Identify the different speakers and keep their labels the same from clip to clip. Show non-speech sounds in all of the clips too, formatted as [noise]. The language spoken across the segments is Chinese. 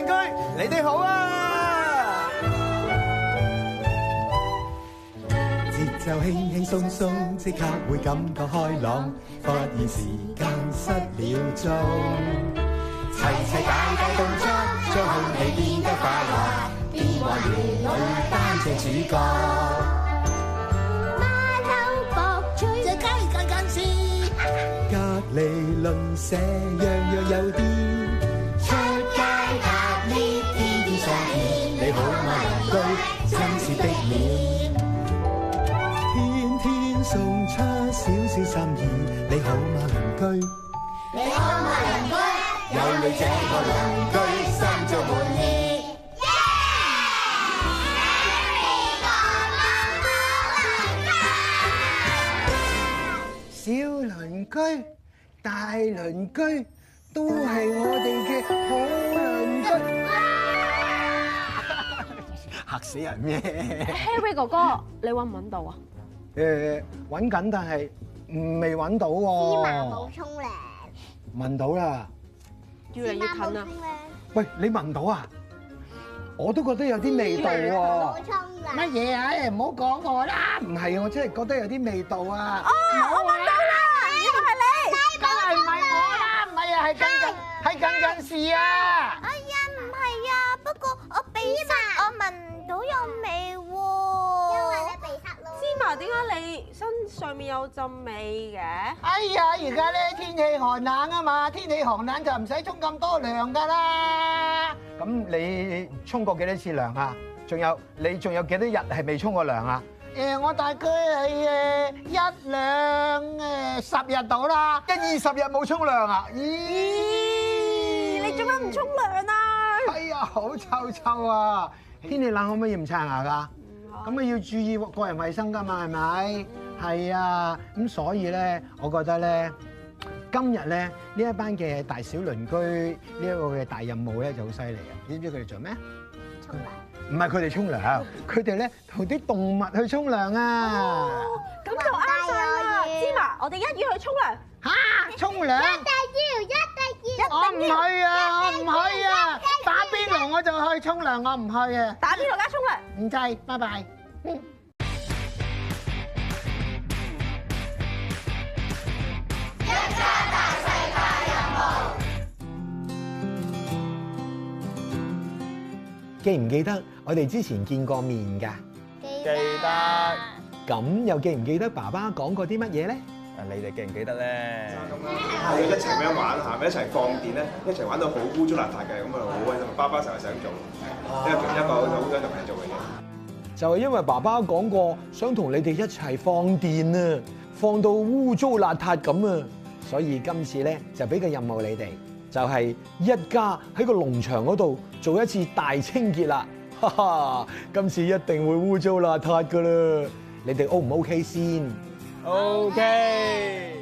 Speaker 1: 你哋好啊！
Speaker 2: 節奏輕輕鬆鬆，即刻會感覺開朗，發現時間失了蹤。齊齊大大動作，將空氣變得快樂，變幻園裏班隻主角。
Speaker 3: 馬騮博取最雞近近視，
Speaker 2: 隔離鄰舍樣樣有啲，
Speaker 3: 出街搭 lift 天天上演。
Speaker 2: 你好嗎鄰居真是的了天天送出少少心意。你好嗎鄰居？
Speaker 3: 你好嗎鄰居？有你這個鄰居，心中滿意。
Speaker 1: 小鄰居、大鄰居都係我哋嘅好鄰居。嚇死人咩？
Speaker 4: Harry 哥哥，你揾唔揾到啊？
Speaker 1: 誒，揾緊，但係未揾到
Speaker 5: 芝麻冇
Speaker 1: 喎。
Speaker 5: 沖涼，
Speaker 1: 聞到啦，
Speaker 4: 越嚟越近啊啦！
Speaker 1: 喂，你聞到啊？我都覺得有啲味道喎
Speaker 5: 冇。沖涼。
Speaker 1: 乜嘢啊？唔好講我啦，唔係我真係覺得有啲味道啊！
Speaker 5: 梗係唔係我啦？
Speaker 1: 唔係啊，係近近，係近近事啊！
Speaker 5: 哎呀，唔係啊，不過我鼻塞，我聞唔到有味喎。因為你鼻塞咯。
Speaker 4: 芝麻點解你身上面有陣味嘅？
Speaker 1: 哎呀，而家咧天氣寒冷啊嘛，天氣寒冷就唔使沖咁多涼噶啦。咁你沖過幾多次涼啊？仲有你仲有幾多日係未沖過涼啊？誒、我大概係誒一兩誒十日到啦，一二十日冇沖涼啊？咦，
Speaker 4: 你做乜唔沖涼啊？
Speaker 1: 哎呀，好臭臭啊！天氣冷可唔可以唔刷牙㗎？咁啊要注意個人衞生㗎嘛，係咪？係啊，咁所以咧，我覺得咧，今日咧呢一班嘅大小鄰居呢一個嘅大任務咧就好犀利啊！你知唔知佢哋做咩？
Speaker 5: 沖涼。
Speaker 1: 唔係佢哋沖涼，佢哋咧同啲動物去沖涼啊！
Speaker 4: 咁就啱晒啦！芝麻，我哋一於去沖涼。
Speaker 1: 嚇，沖涼！
Speaker 5: 要，一定
Speaker 1: 我唔去啊！我唔去啊！打邊爐我就去沖涼，我唔去啊！
Speaker 4: 打邊爐加沖涼。
Speaker 1: 唔制，拜拜。記唔記得我哋之前見過面㗎？
Speaker 5: 記
Speaker 1: 得。咁又記唔記得爸爸講過啲乜嘢咧？
Speaker 6: 你哋記唔記得咧？
Speaker 7: 係一齊咩玩下，咪一齊放電咧，一齊玩到好污糟邋遢嘅，咁啊好開心，爸爸成日想做，
Speaker 8: 啊
Speaker 7: 因為一個好想同人做嘅嘢。
Speaker 1: 就係因為爸爸講過想同你哋一齊放電啊，放到污糟邋遢咁啊，所以今次咧就俾個任務你哋，就係、一家喺個農場嗰度做一次大清潔啦。 [laughs] 哈哈，今次一定會污糟邋遢噶啦，你哋 O 唔 OK 先？
Speaker 6: OK，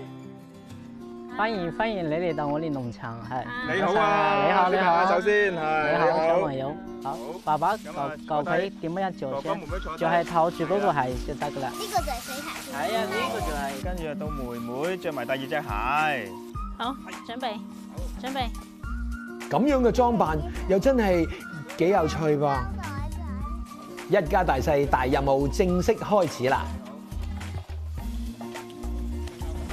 Speaker 8: 歡迎歡迎你嚟到我哋農場，係
Speaker 6: 你好啊，
Speaker 8: 你好你好，
Speaker 6: 首先係
Speaker 8: 你好小朋
Speaker 6: 你
Speaker 8: 友，好
Speaker 6: 好，
Speaker 8: 爸爸
Speaker 6: 咁
Speaker 8: 教
Speaker 6: 啊
Speaker 8: 教
Speaker 6: 坐低
Speaker 8: 佢點樣做
Speaker 6: 哥哥妹妹坐
Speaker 8: 先，
Speaker 6: 低
Speaker 8: 就係套住嗰個鞋就得噶啦。
Speaker 5: 呢個就係水鞋。
Speaker 8: 係啊，呢個就係
Speaker 6: 跟住到妹妹着埋第二隻鞋，
Speaker 9: 好，準備，準備。
Speaker 1: 咁樣嘅裝扮又真係幾有趣噃！一家大細大任務正式開始啦！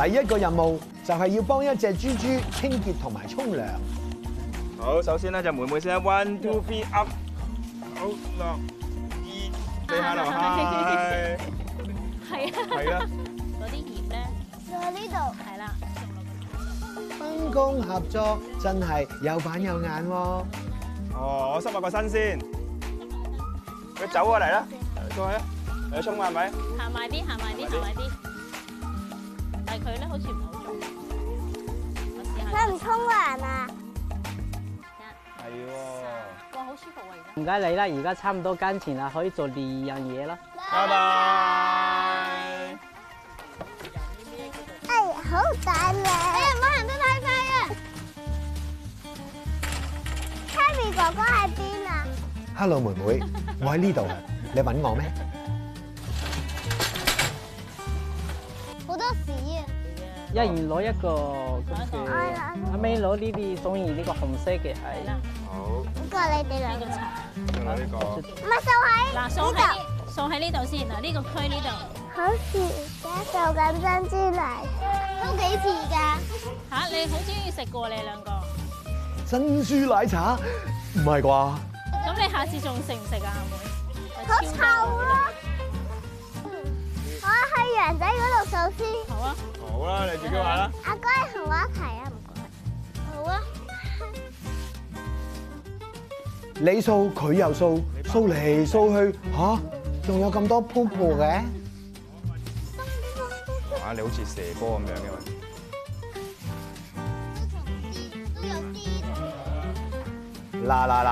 Speaker 1: 第一個任務就係要幫一隻豬豬清潔同埋沖涼。
Speaker 6: 好，首先咧就妹妹先，one two three up，好落二，四下留下，
Speaker 9: 係啊，
Speaker 6: 係啦，
Speaker 9: 嗰啲葉咧，
Speaker 5: 就呢度。
Speaker 9: 係啦。
Speaker 1: 分工合作真係有板有眼喎！
Speaker 6: 哦，我濕埋個身先，佢走過嚟啦，過去啦，你衝係咪？
Speaker 9: 行埋啲，行埋啲，行埋啲。但係佢咧好似唔好做。我試下。
Speaker 5: 佢唔沖涼啊？
Speaker 6: 係喎，
Speaker 4: 哇，好舒服啊！而家
Speaker 8: 唔該你啦，而家差唔多間前啦，可以做第二樣嘢啦。
Speaker 6: 拜拜。
Speaker 5: 哎，好大力！哎呀，唔好行得太快啊！Harry 哥哥喺邊啊？
Speaker 2: Hello 妹妹，我喺呢
Speaker 1: 啊
Speaker 2: 度，你揾我咩？
Speaker 5: 好多屎啊！
Speaker 9: 係啊
Speaker 8: 一人攞一個，跟住後尾攞呢啲中意呢個紅色嘅
Speaker 9: 係啦
Speaker 8: 係，
Speaker 7: 好，
Speaker 5: 唔該你哋兩個
Speaker 9: 呢個，茶
Speaker 7: 跟住攞呢個。
Speaker 5: 唔係就喺
Speaker 9: 嗱，掃喺呢掃喺呢度先，嗱呢個區呢度
Speaker 5: 好似而家做緊珍珠奶茶，都幾似㗎。
Speaker 9: 吓，你好中意食過你兩個，
Speaker 1: 珍珠奶茶唔係啩？
Speaker 9: 咁你下次仲食唔食啊？阿妹，
Speaker 5: 好臭啊！我去羊仔嗰度掃先，
Speaker 9: 好啊，
Speaker 7: 好啦，你自己玩啦。
Speaker 5: 阿哥你同我一齊啊，唔該。好啊，
Speaker 1: 你掃佢又掃，掃嚟掃去吓，仲有咁多 p o o 嘅？
Speaker 7: 哇，你好似射波咁樣嘅喎。
Speaker 5: 都有啲。
Speaker 1: 嗱嗱嗱，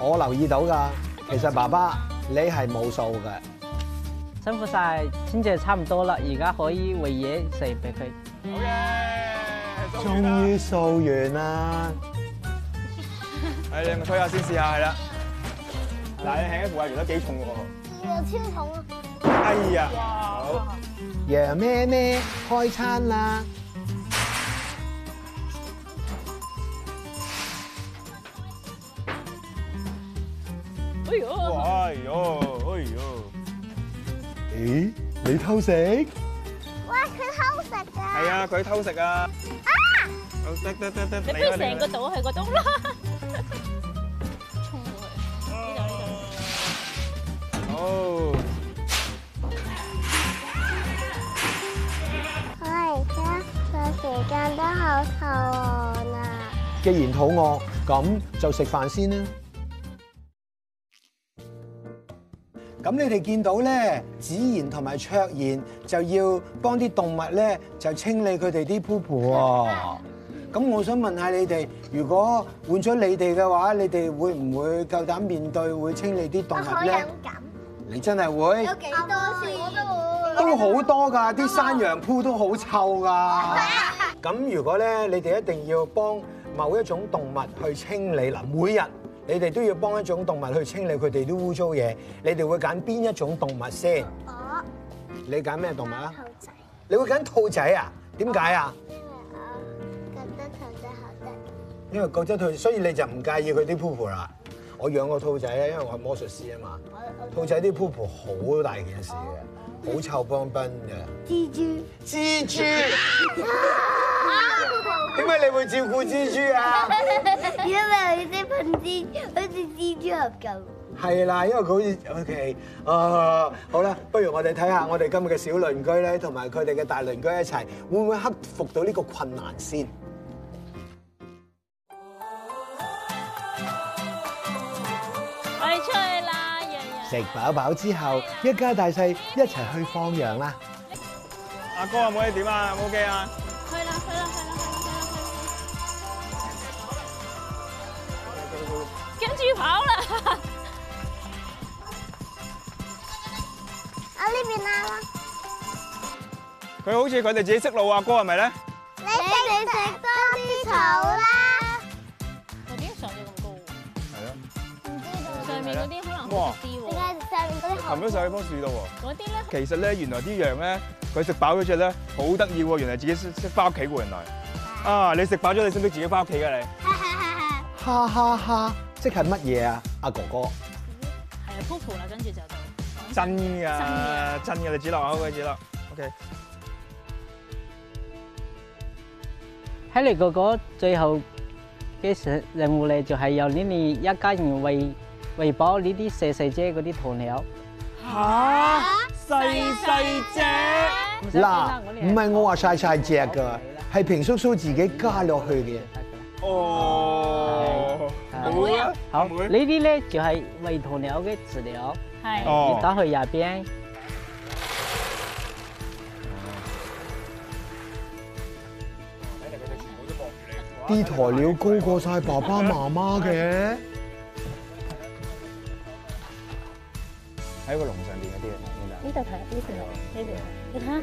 Speaker 1: 我留意到㗎，其實爸爸你係冇掃嘅。
Speaker 8: 辛苦晒，先至差唔多啦，而家可以餵嘢食俾佢。
Speaker 7: 好嘅，
Speaker 1: 終於掃完啦！
Speaker 7: 誒，你咪推下先試下，係啦。嗱，你輕輕扶下，原來幾重喎。
Speaker 5: 又超重啊！
Speaker 7: 哎呀，好，
Speaker 1: 羊咩咩開餐啦！
Speaker 9: 哎呦，
Speaker 7: 哇，哎呦，哎呦，
Speaker 1: 咦，你偷食？
Speaker 5: 哇，佢偷食㗎！
Speaker 7: 係啊，佢偷食啊。好得得得得，
Speaker 9: 你不
Speaker 7: 嚟
Speaker 9: 如
Speaker 7: 啦
Speaker 9: 成
Speaker 7: 嚟
Speaker 9: 個
Speaker 7: 啦。
Speaker 9: 倒去個窿啦，衝過去呢度呢度。
Speaker 7: 好，
Speaker 5: 我而家個時間都好肚餓啦。
Speaker 1: 既然肚餓，咁就食飯先啦。咁你哋見到咧，子賢同埋卓賢就要幫啲動物咧就清理佢哋啲 p o o 喎。咁我想問下你哋，如果換咗你哋嘅話，你哋會唔會夠膽面對會清理啲動
Speaker 5: 啊
Speaker 1: 物咧？
Speaker 5: 感，
Speaker 1: 你真係會
Speaker 5: 有幾多先？我
Speaker 1: 都好多㗎，啲山羊 p 都好臭㗎。咁如果咧，你哋一定要幫某一種動物去清理啦，每日你哋都要幫一種動物去清理佢哋啲污糟嘢，你哋會揀邊一種動物先？
Speaker 5: 我
Speaker 1: 你揀咩動物啊？
Speaker 5: 兔仔，
Speaker 1: 你會揀兔仔啊？點解啊？
Speaker 5: 因為我
Speaker 1: 因為覺
Speaker 5: 覺得兔仔好得意。
Speaker 1: 得兔，所以你就唔介意佢啲 poo poo 啦。我養過兔仔咧，因為我係魔術師啊嘛。兔仔啲 poo poo 好大件事嘅，好臭邦崩嘅。
Speaker 5: 蜘蛛，
Speaker 1: 蜘
Speaker 5: [laughs]
Speaker 1: 蛛，點解你會照顧蜘蛛啊？
Speaker 5: 因為佢識噴蜘，好似蜘蛛俠咁。
Speaker 1: 係啦，因為佢好似 OK 啊，好啦，不如我哋睇下我哋今日嘅小鄰居咧，同埋佢哋嘅大鄰居一齊，會唔會克服到呢個困難先？
Speaker 9: 我哋出去啦，洋洋。
Speaker 1: 食飽飽之後，一家大細一齊去放羊啊啦！
Speaker 7: 阿哥阿妹點啊？O K 啊？
Speaker 9: 去啦去啦去啦去啦去啦！跟住跑啦！
Speaker 5: 我呢邊啦，
Speaker 7: 佢好似佢哋自己識路啊，哥係咪咧？
Speaker 5: 你哋食多啲草啦。
Speaker 9: 我點解上到咁高？
Speaker 7: 係
Speaker 5: 唔
Speaker 7: 咯。
Speaker 5: 知道，
Speaker 9: 上面嗰啲可能好食
Speaker 7: 哦
Speaker 9: 啲
Speaker 5: 你
Speaker 9: 喎，
Speaker 5: 睇上面嗰啲
Speaker 7: 擒咗上去棵樹度喎。
Speaker 9: 嗰啲咧
Speaker 7: 其實咧，原來啲羊咧，佢食飽咗只咧，好得意喎！原來自己識識翻屋企喎，原來。啊，你食飽咗，你識唔識自己翻屋企㗎你？
Speaker 1: 哈哈哈！即係乜嘢啊？阿哥哥，
Speaker 9: 係啊 p o 啦，跟住就到。
Speaker 7: 真㗎，真㗎，你指落口嘅指落。OK，
Speaker 8: 希利哥哥最後嘅任務咧，就係由呢你一家人餵餵飽呢啲細細姐嗰啲鴕鳥。
Speaker 7: 嚇，啊細細隻，
Speaker 1: 嗱，
Speaker 8: 啊
Speaker 1: 唔係我話晒晒隻㗎，係平叔叔自己加落去嘅。
Speaker 8: 啊
Speaker 6: 啊
Speaker 7: 哦，
Speaker 8: 係
Speaker 7: 妹啊，
Speaker 8: 好，
Speaker 7: 妹
Speaker 8: 呢啲咧就係餵鴕鳥嘅飼料，
Speaker 9: 係
Speaker 7: 哦
Speaker 8: 你打去入邊。
Speaker 1: 啲鴕鳥高過晒爸爸媽媽嘅。
Speaker 7: 喺個籠上邊嗰啲啊，見到？呢度睇，呢度睇，呢度睇，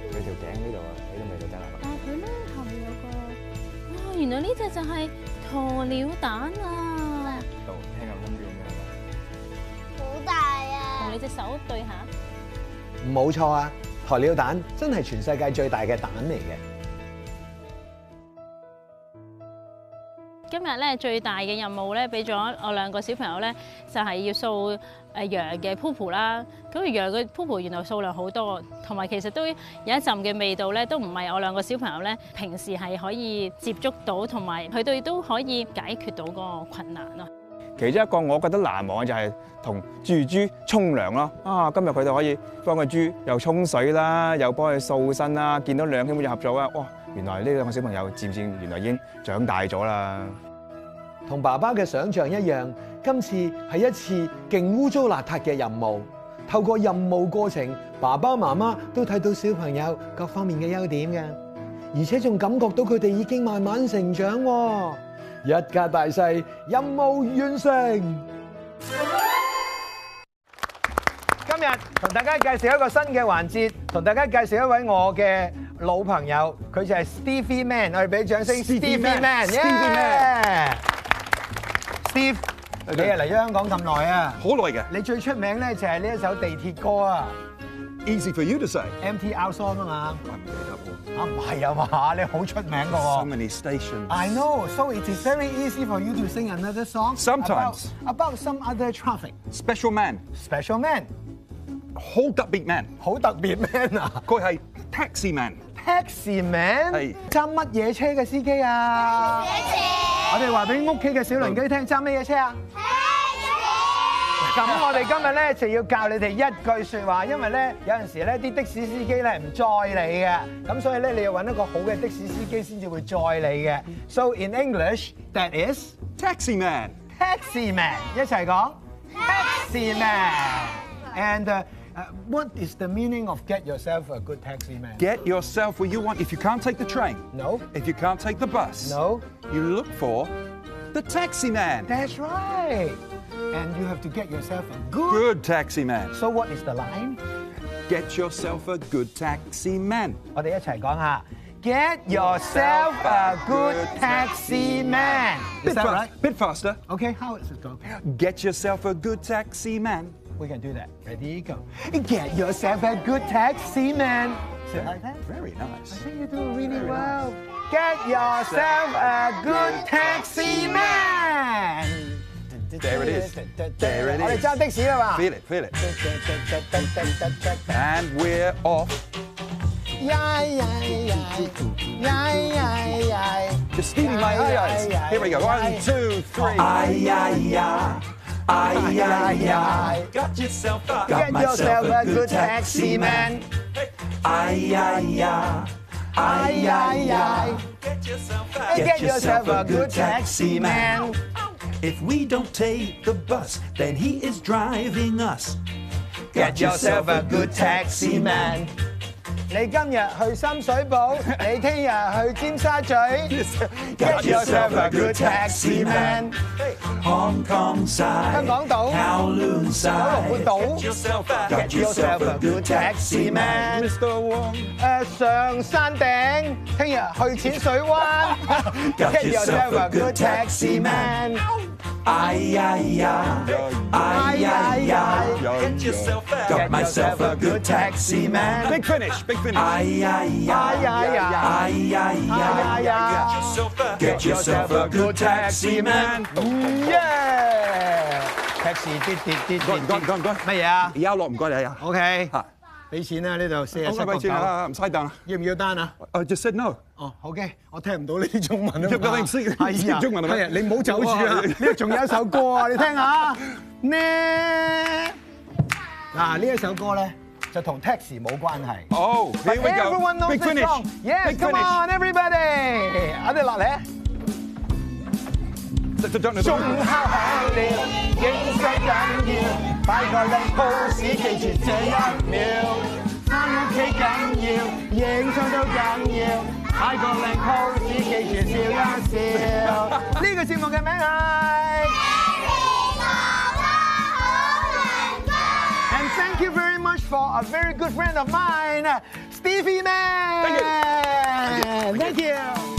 Speaker 7: 你睇佢條頸呢度啊，睇到未到得啦。
Speaker 9: 但係佢咧後面有個，哇！原來呢只就係鴕鳥蛋啊！
Speaker 7: 度聽下咁樣樣。
Speaker 5: 好大啊
Speaker 9: 同你！隻手對下，
Speaker 1: 冇錯啊，鴕鳥蛋真係全世界最大嘅蛋嚟嘅。
Speaker 9: 日咧最大嘅任務咧，俾咗我兩個小朋友咧，就係、要掃誒羊嘅 p o 啦。咁羊嘅 p o 原來數量好多，同埋其實都有一陣嘅味道咧，都唔係我兩個小朋友咧平時係可以接觸到，同埋佢哋都可以解決到個困難咯。
Speaker 6: 其中一個我覺得難忘嘅就係同豬豬沖涼咯。啊，今日佢哋可以幫個豬又沖水啦，又幫佢掃身啦，見到兩兄妹合作啊，哇！原來呢兩個小朋友漸漸原來已經長大咗啦。
Speaker 1: 同爸爸嘅想象一樣，今次係一次勁污糟邋遢嘅任務。透過任務過程，爸爸媽媽都睇到小朋友各方面嘅優點嘅，而且仲感覺到佢哋已經慢慢成長喎。一家大細任務完成。今日同大家介紹一個新嘅環節，同大家介紹一位我嘅老朋友，佢就係 Stevie Man，我哋俾掌聲 Stevie Man，Stevie Man，Steve，你啊嚟咗香港咁耐啊，
Speaker 7: 好耐嘅
Speaker 1: 你最出名咧就係呢一首地鐵歌啊
Speaker 7: ，easy for you to say。
Speaker 1: ，MTR song 啊嘛，
Speaker 7: 唔記得
Speaker 1: 啊唔係啊嘛，你好出名㗎喎。
Speaker 7: many stations。
Speaker 1: I know, so it is very easy for you to sing another song.
Speaker 7: Sometimes.
Speaker 1: About, about some other traffic.
Speaker 7: Special man，
Speaker 1: Special man,
Speaker 7: 好特別 man，
Speaker 1: 好特別 man 啊
Speaker 7: 佢係 taxi man。
Speaker 1: ！Taxi man，
Speaker 7: 係
Speaker 1: 揸乜嘢車嘅司機啊？我哋話俾屋企嘅小鄰居聽，揸乜嘢車啊？咁我哋今日咧就要教你哋一句説話，因為咧有陣時咧啲的士司機咧唔載你嘅，咁所以咧你要揾一個好嘅的士司機先至會載你嘅。So in English, that is
Speaker 7: Taxi man。
Speaker 1: Taxi man，一齊講 Taxi man。And uh, uh, what is the meaning of get yourself a good taxi man?
Speaker 7: Get yourself where you want. If you can't take the train,
Speaker 1: No,
Speaker 7: if you can't take the bus,
Speaker 1: no.
Speaker 7: you look for the taxi man.
Speaker 1: That's right. And you have to get yourself a good.
Speaker 7: Good taxi man.
Speaker 1: So what is the line?
Speaker 7: Get yourself a good taxi man.
Speaker 1: 我哋一齊講下。Get yourself a good taxi man. Is that right?
Speaker 7: Bit faster.
Speaker 1: Okay, how is it go?
Speaker 7: Get yourself a good taxi man.
Speaker 1: We can do that. Ready, go. Get yourself a good taxi man. Is it like that?
Speaker 7: Very nice.
Speaker 1: think you're doing really well. Get yourself a good taxi man.
Speaker 7: There it is. There it is.
Speaker 1: 我哋揸的士啦嘛。
Speaker 7: Feel it, feel it. And we're off.
Speaker 1: 呀呀呀呀呀呀
Speaker 7: Just stealing my eyes. Here we go. One, two, three. Got yourself a
Speaker 1: Get yourself a good taxi man. Ay ya ya. Get yourself a good taxi man.
Speaker 2: If we don't take the bus, then he is driving us.
Speaker 1: Get yourself a good taxi man. 你今日去深水 [laughs] 埗，你聽日去尖沙咀。Get
Speaker 2: [laughs]
Speaker 1: yourself a good taxi man.
Speaker 2: Hong Kong side,
Speaker 1: 香港島、
Speaker 2: Kowloon
Speaker 1: 九龍
Speaker 2: side.
Speaker 1: 半島
Speaker 2: Got yourself a good taxi man.
Speaker 7: Mr. Wong.
Speaker 1: 誒上山頂，聽日去淺水 [laughs] 灣。
Speaker 2: Got yourself a good taxi man. Ay ay ay, ay ay ay.
Speaker 7: Get yourself a
Speaker 2: Got myself a good taxi man.
Speaker 7: big finish. Big finish.
Speaker 2: Ay ay ay,
Speaker 1: Ay ay ay.
Speaker 2: ay ay ay. Get yourself a good taxi man.
Speaker 1: 耶！踢士啲跌跌跌
Speaker 7: 唔該唔該唔該
Speaker 1: 乜嘢啊
Speaker 7: 而家落唔該你啊。
Speaker 1: à? ？OK，
Speaker 7: 嚇
Speaker 1: 俾錢啦呢度四十
Speaker 7: 好
Speaker 1: 七個
Speaker 7: 咪
Speaker 1: 九
Speaker 7: 先，啊，唔使等啊。
Speaker 1: 要唔要單啊？
Speaker 2: Ờ.
Speaker 7: I just said no.
Speaker 1: 哦，好嘅，我聽唔到呢啲中文啊嘛。
Speaker 7: 入咗你唔識
Speaker 1: 係啊
Speaker 7: 唔識中文係
Speaker 1: 係
Speaker 7: 咪
Speaker 1: 啊，你唔好走住啊！
Speaker 7: 哇
Speaker 1: 呢度仲有一首歌啊，你聽下呢。嗱，呢一首歌咧就同 taxi 冇關係。
Speaker 7: Oh, here we go.
Speaker 1: Everyone knows
Speaker 7: Big
Speaker 1: this
Speaker 7: finish.
Speaker 1: song. Yes,
Speaker 7: Big
Speaker 1: come
Speaker 7: finish.
Speaker 1: on, everybody. 我哋落嚟啊！
Speaker 7: Don't- don't- don't-
Speaker 1: [laughs] 鐘敲響了，影相緊要，擺個靚 pose 記住這一秒。翻屋企緊要，影相都緊要，擺個靚 pose 記住笑一笑。呢個節目嘅名係 [laughs] And thank you very much for a very good friend of mine, Stevie Man. Thank you. Thank you.